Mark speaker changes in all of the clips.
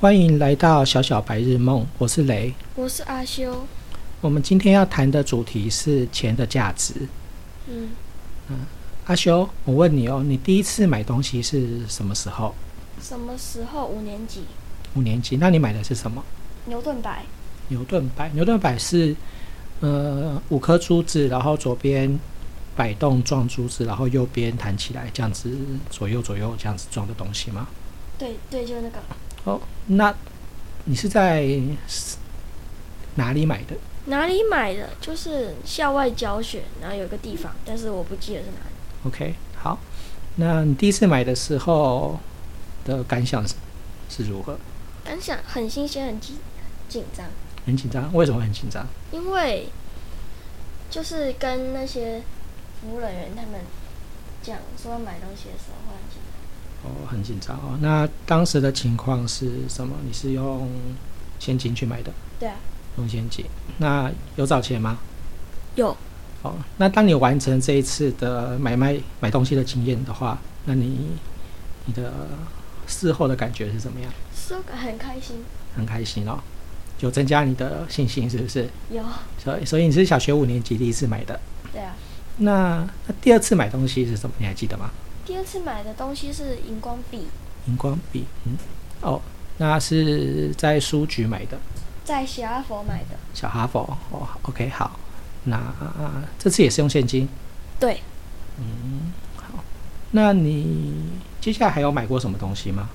Speaker 1: 欢迎来到小小白日梦，我是雷。
Speaker 2: 我是阿修，
Speaker 1: 我们今天要谈的主题是钱的价值。
Speaker 2: 嗯，
Speaker 1: 阿修，我问你哦，你第一次买东西是什么时候？
Speaker 2: 什么时候五年级？
Speaker 1: 五年级？那你买的是什么？
Speaker 2: 牛顿白，
Speaker 1: 牛顿摆，牛顿摆是呃五颗珠子，然后左边摆动撞珠子，然后右边弹起来，这样子左右左右这样子撞的东西吗？
Speaker 2: 对对，就是那个。
Speaker 1: 那你是在哪里买的？
Speaker 2: 哪里买的？就是校外教学，然后有一个地方，但是我不记得是哪里。
Speaker 1: OK，好，那你第一次买的时候的感想是是如何？
Speaker 2: 感想很新鲜，很紧紧张，
Speaker 1: 很紧张？为什么很紧张？
Speaker 2: 因为就是跟那些服务人员他们讲说买东西的时候会很紧张。
Speaker 1: 哦，很紧张哦。那当时的情况是什么？你是用现金去买的？
Speaker 2: 对啊，
Speaker 1: 用现金。那有找钱吗？
Speaker 2: 有
Speaker 1: 哦，那当你完成这一次的买卖买东西的经验的话，那你你的事后的感觉是怎么样？
Speaker 2: 是很开心，
Speaker 1: 很开心哦，有增加你的信心是不是？
Speaker 2: 有
Speaker 1: 所以所以你是小学五年级第一次买的，
Speaker 2: 对啊。
Speaker 1: 那那第二次买东西是什么？你还记得吗？
Speaker 2: 第二次买的东西是荧光笔，
Speaker 1: 荧光笔，嗯，哦，那是在书局买的，
Speaker 2: 在喜阿佛买的。
Speaker 1: 小哈佛哦，OK 好，那、这次也是用现金，
Speaker 2: 对，
Speaker 1: 嗯，好，那你接下来还有买过什么东西吗？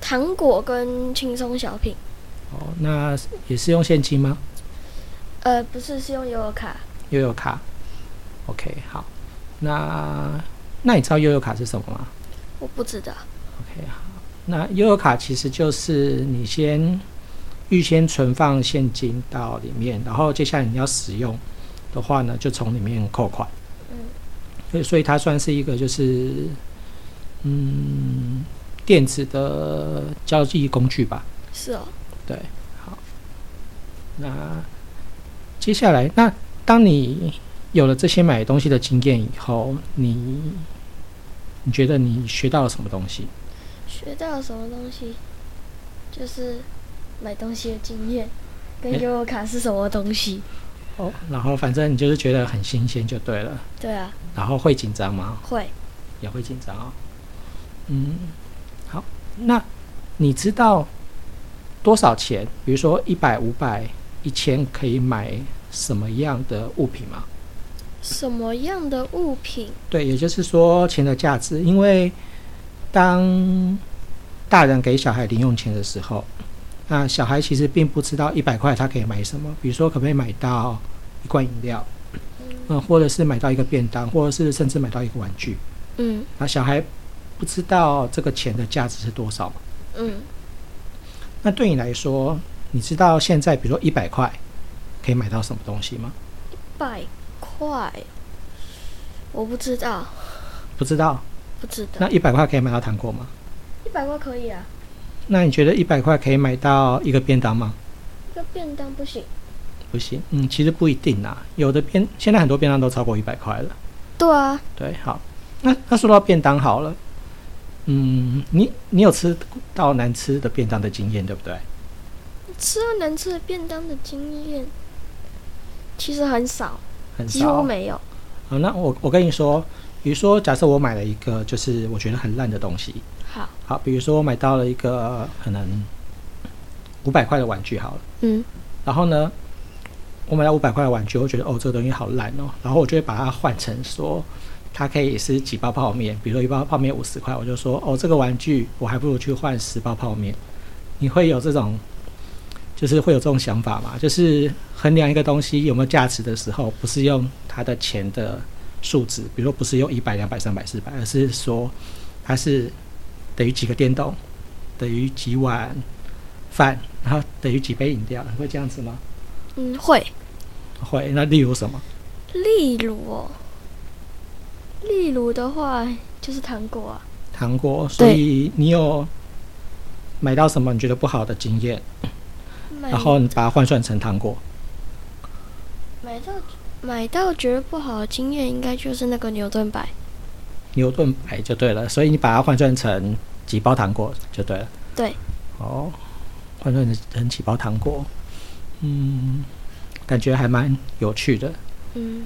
Speaker 2: 糖果跟轻松小品。
Speaker 1: 哦，那也是用现金吗？
Speaker 2: 呃，不是，是用悠游卡。
Speaker 1: 悠游卡，OK，好。那那你知道悠游卡是什么吗
Speaker 2: 我不知道。
Speaker 1: ？OK，好。那悠游卡其实就是你先预先存放现金到里面，然后接下来你要使用的话呢，就从里面扣款。
Speaker 2: 嗯，
Speaker 1: 所以所以它算是一个就是嗯电子的交易工具吧。
Speaker 2: 是哦。
Speaker 1: 那接下来，那当你有了这些买东西的经验以后，你你觉得你学到了什么东西？
Speaker 2: 学到了什么东西？就是买东西的经验，跟
Speaker 1: 没
Speaker 2: 悠游卡是什么东西？
Speaker 1: 哦，然后反正你就是觉得很新鲜就对了。
Speaker 2: 对啊，
Speaker 1: 然后会紧张吗？
Speaker 2: 会。
Speaker 1: 也会紧张哦。嗯，好，那你知道多少钱？比如说一百、五百、一千可以买什么样的物品吗？
Speaker 2: 什么样的物品？
Speaker 1: 对，也就是说钱的价值，因为当大人给小孩零用钱的时候，那小孩其实并不知道一百块他可以买什么，比如说可不可以买到一罐饮料，
Speaker 2: 嗯
Speaker 1: 嗯、或者是买到一个便当，或者是甚至买到一个玩具。
Speaker 2: 嗯
Speaker 1: 那小孩不知道这个钱的价值是多少嘛？
Speaker 2: 嗯，
Speaker 1: 那对你来说，你知道现在比如说一百块可以买到什么东西吗？
Speaker 2: 百块，我不知道，
Speaker 1: 不知道。
Speaker 2: 不知道。
Speaker 1: 那一百块可以买到糖果吗？
Speaker 2: 一百块可以啊，
Speaker 1: 那你觉得一百块可以买到一个便当吗？
Speaker 2: 一个便当不行。
Speaker 1: 不行，嗯，其实不一定啦，有的便现在很多便当都超过一百块了。
Speaker 2: 对啊，
Speaker 1: 对，好，那那说到便当好了，嗯，你你有吃到难吃的便当的经验对不对？
Speaker 2: 吃到难吃的便当的经验其实很少，
Speaker 1: 很
Speaker 2: 几乎
Speaker 1: 少。
Speaker 2: 没有。
Speaker 1: 好，那我我跟你说，比如说，假设我买了一个就是我觉得很烂的东西，
Speaker 2: 好，
Speaker 1: 好，比如说我买到了一个呃可能五百块的玩具好了，
Speaker 2: 嗯
Speaker 1: 然后呢，我买到五百块的玩具，我觉得哦这个东西好烂哦，然后我就会把它换成说，它可以是几包泡面，比如说一包泡面五十块，我就说哦这个玩具我还不如去换十包泡面。你会有这种，就是会有这种想法吗？就是衡量一个东西有没有价值的时候，不是用它的钱的数值，比如说不是用一百、两百、三百、四百，而是说它是等于几个电动，等于几碗饭，然后等于几杯饮料，你会这样子吗？
Speaker 2: 嗯，会。
Speaker 1: 会。那例如什么？
Speaker 2: 例如哦，例如的话就是糖果啊，
Speaker 1: 糖果。所以你有买到什么你觉得不好的经验，
Speaker 2: 买
Speaker 1: 然后你把它换算成糖果。
Speaker 2: 买到买到觉得不好的经验，应该就是那个牛顿摆，
Speaker 1: 牛顿牌就对了，所以你把它换算成几包糖果就对了。
Speaker 2: 对。
Speaker 1: 哦，换算成几包糖果，嗯，感觉还蛮有趣的。
Speaker 2: 嗯，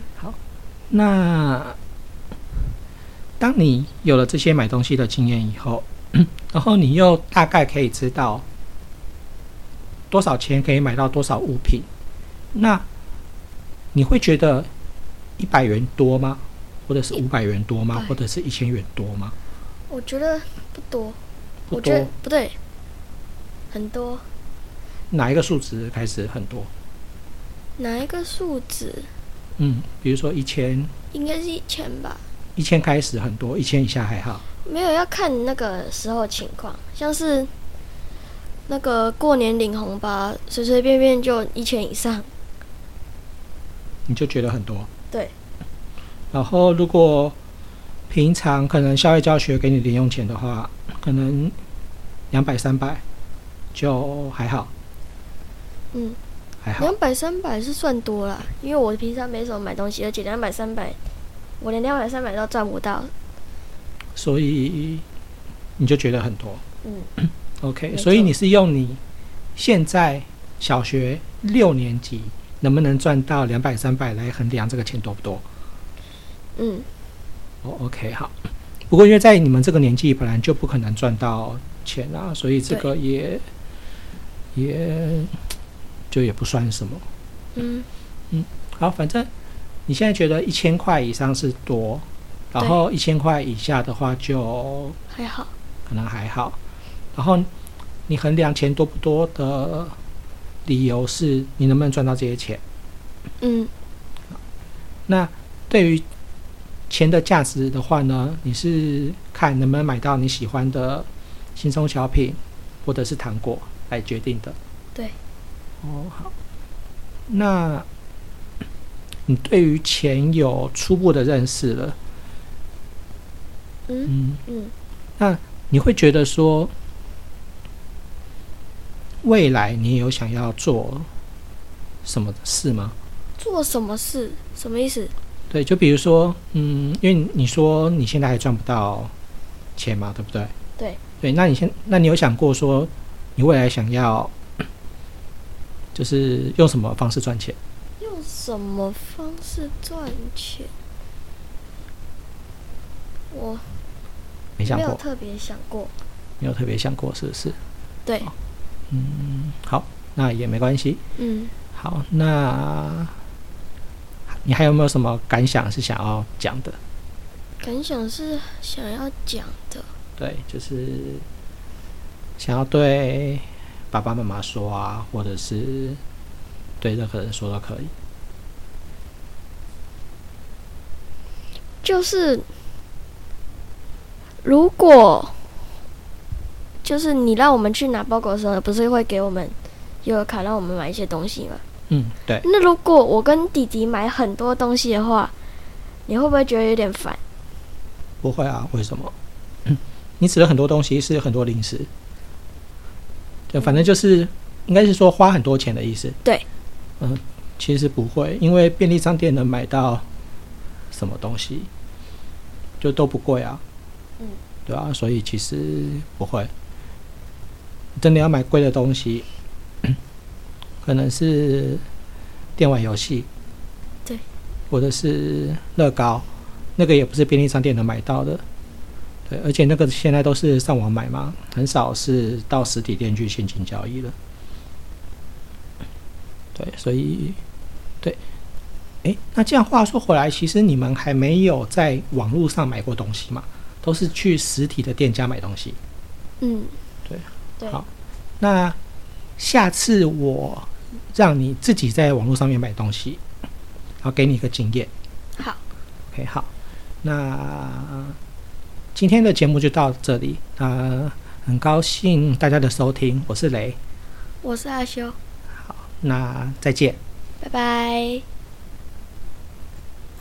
Speaker 1: 那当你有了这些买东西的经验以后， 然后你又大概可以知道多少钱可以买到多少物品，那你会觉得一百元多吗？或者是五百元多吗
Speaker 2: 100？
Speaker 1: 或者是一千元多吗？
Speaker 2: 我觉得不多，
Speaker 1: 不
Speaker 2: 我觉得
Speaker 1: 多，
Speaker 2: 不对，很多。
Speaker 1: 哪一个数值开始很多？
Speaker 2: 哪一个数值？
Speaker 1: 嗯，比如说一千，
Speaker 2: 应该是一千吧。
Speaker 1: 一千开始很多，一千以下还好。
Speaker 2: 没有要看那个时候情况，像是那个过年领红包，随随便便就一千以上。
Speaker 1: 你就觉得很多。
Speaker 2: 对。
Speaker 1: 然后如果平常可能校外教学给你零用钱的话，可能两百三百就还好。
Speaker 2: 嗯。
Speaker 1: 还好。
Speaker 2: 两百三百是算多啦，因为我平常没什么买东西，而且两百三百，我连两百三百都赚不到。
Speaker 1: 所以你就觉得很多。
Speaker 2: 嗯。
Speaker 1: OK，
Speaker 2: 没错
Speaker 1: 所以你是用你现在小学六年级能不能赚到两百三百来衡量这个钱多不多？
Speaker 2: 嗯，
Speaker 1: 哦，OK，好。不过因为在你们这个年纪，本来就不可能赚到钱啊，所以这个也也就也不算什么。
Speaker 2: 嗯，
Speaker 1: 好，反正你现在觉得一千块以上是多，然后一千块以下的话就
Speaker 2: 还好。
Speaker 1: 可能还好。然后你衡量钱多不多的理由是你能不能赚到这些钱。
Speaker 2: 嗯，
Speaker 1: 那对于钱的价值的话呢，你是看能不能买到你喜欢的轻松小品或者是糖果来决定的。
Speaker 2: 对。
Speaker 1: 哦，好。那你对于钱有初步的认识了，
Speaker 2: 嗯
Speaker 1: 嗯，
Speaker 2: 嗯，
Speaker 1: 你会觉得说，未来你有想要做什么事吗？
Speaker 2: 做什么事？什么意思？
Speaker 1: 对，就比如说，嗯，因为你你说你现在还赚不到钱嘛，对不对？
Speaker 2: 对。
Speaker 1: 对，那你现，那你有想过说，你未来想要，就是用什么方式赚钱？
Speaker 2: 用什么方式赚钱？我
Speaker 1: 没想
Speaker 2: 没
Speaker 1: 过
Speaker 2: 有，特别想过。
Speaker 1: 没有特别想过，是不是？
Speaker 2: 对，
Speaker 1: 哦嗯，好，那也没关系。
Speaker 2: 嗯，
Speaker 1: 好，那你还有没有什么感想是想要讲的？
Speaker 2: 感想是想要讲的。
Speaker 1: 对，就是想要对爸爸妈妈说啊，或者是对任何人说都可以。
Speaker 2: 就是如果就是你让我们去拿包裹的时候，不是会给我们悠游卡让我们买一些东西吗？
Speaker 1: 嗯，对，
Speaker 2: 那如果我跟弟弟买很多东西的话，你会不会觉得有点烦？
Speaker 1: 不会啊，为什么？你指的很多东西是很多零食，对，反正就是应该是说花很多钱的意思。
Speaker 2: 对，
Speaker 1: 嗯、其实不会，因为便利商店能买到什么东西，就都不贵啊。
Speaker 2: 嗯，
Speaker 1: 对啊，所以其实不会。真的要买贵的东西， 可能是电玩游戏，
Speaker 2: 对，
Speaker 1: 或者是乐高，那个也不是便利商店能买到的。对，而且那个现在都是上网买嘛，很少是到实体店去现金交易的。对，所以，对，诶，那这样话说回来，其实你们还没有在网络上买过东西嘛，都是去实体的店家买东西。
Speaker 2: 嗯，
Speaker 1: 对，
Speaker 2: 对，
Speaker 1: 好那下次我让你自己在网络上面买东西，然后给你一个经验。
Speaker 2: 好，
Speaker 1: OK，好，那今天的节目就到这里。那、很高兴大家的收听，我是雷，
Speaker 2: 我是阿修，
Speaker 1: 那再见。
Speaker 2: 拜拜。